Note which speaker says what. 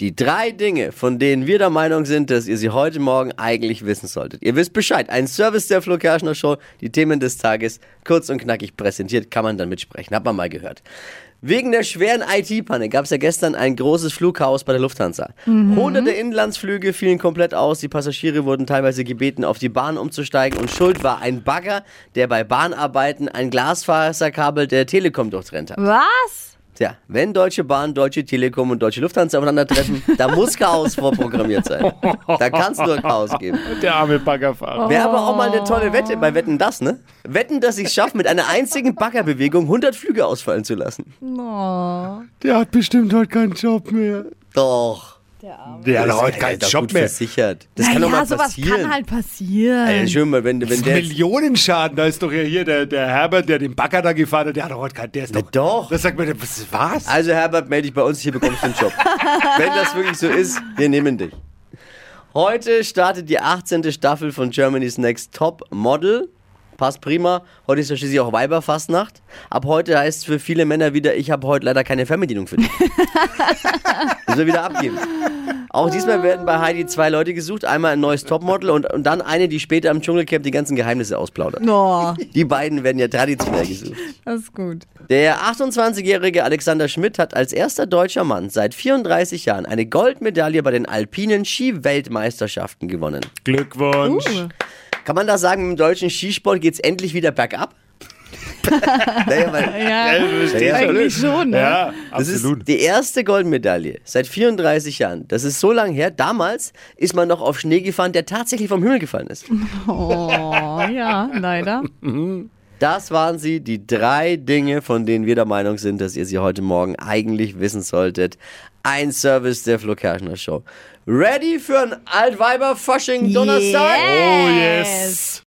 Speaker 1: Die drei Dinge, von denen wir der Meinung sind, dass ihr sie heute Morgen eigentlich wissen solltet. Ihr wisst Bescheid. Ein Service der Flo Kerschner Show. Die Themen des Tages kurz und knackig präsentiert. Kann man dann mitsprechen. Hat man mal gehört. Wegen der schweren IT-Panne gab es ja gestern ein großes Flugchaos bei der Lufthansa. Hunderte Inlandsflüge fielen komplett aus. Die Passagiere wurden teilweise gebeten, auf die Bahn umzusteigen. Und schuld war ein Bagger, der bei Bahnarbeiten ein Glasfaserkabel der Telekom durchtrennt hat.
Speaker 2: Was?
Speaker 1: Tja, wenn Deutsche Bahn, Deutsche Telekom und Deutsche Lufthansa aufeinandertreffen, da muss Chaos vorprogrammiert sein. Da kann es nur Chaos geben.
Speaker 3: Der arme Baggerfahrer.
Speaker 2: Oh.
Speaker 1: Wäre aber auch mal eine tolle Wette bei Wetten das, ne? Wetten, dass ich es schaffe, mit einer einzigen Baggerbewegung 100 Flüge ausfallen zu lassen.
Speaker 2: Oh.
Speaker 3: Der hat bestimmt heute keinen Job mehr.
Speaker 1: Doch.
Speaker 3: Der hat heute
Speaker 1: Alter,
Speaker 3: keinen
Speaker 1: gut
Speaker 3: Job mehr.
Speaker 1: versichert. Das kann doch
Speaker 2: Naja,
Speaker 1: mal
Speaker 2: sowas
Speaker 1: passieren.
Speaker 2: kann halt passieren.
Speaker 1: Ey, schön mal, wenn, wenn der. jetzt-
Speaker 3: Millionenschaden, da ist doch ja hier der, der Herbert, der den Bagger da gefahren hat, der hat doch heute keinen, der ist
Speaker 1: Na
Speaker 3: doch...
Speaker 1: doch.
Speaker 3: Das sagt mir, was, was?
Speaker 1: Also Herbert, melde dich bei uns, hier bekommst du einen Job. Wenn das wirklich so ist, wir nehmen dich. Heute startet die 18. Staffel von Germany's Next Top Model. Passt prima. Heute ist ja schließlich auch Weiberfastnacht. Ab heute heißt es für viele Männer wieder, ich habe heute leider keine Fernbedienung für dich. Müssen wir wieder abgeben. Auch diesmal werden bei Heidi zwei Leute gesucht. Einmal ein neues Topmodel und, und dann eine, die später am Dschungelcamp die ganzen Geheimnisse ausplaudert.
Speaker 2: Oh,
Speaker 1: Die beiden werden ja traditionell gesucht.
Speaker 2: das ist gut.
Speaker 1: Der 28-jährige Alexander Schmidt hat als erster deutscher Mann seit 34 Jahren eine Goldmedaille bei den alpinen Skiweltmeisterschaften gewonnen.
Speaker 3: Glückwunsch.
Speaker 2: Uh.
Speaker 1: Kann man da sagen, im deutschen Skisport geht's endlich wieder bergab? naja, weil
Speaker 2: Ja,
Speaker 3: Äh, verstehst du?
Speaker 1: Ja,
Speaker 2: eigentlich schon, ne?
Speaker 3: Ja,
Speaker 1: das ist
Speaker 3: absolut.
Speaker 1: die erste Goldmedaille seit 34 Jahren. Das ist so lang her. Damals ist man noch auf Schnee gefahren, der tatsächlich vom Himmel gefallen ist.
Speaker 2: Oh, ja, leider.
Speaker 1: Das waren sie, die drei Dinge, von denen wir der Meinung sind, dass ihr sie heute Morgen eigentlich wissen solltet. Ein Service der Flo Kerschner Show. Ready für ein Altweiber-Fasching-Donnerstag?
Speaker 3: Oh yes.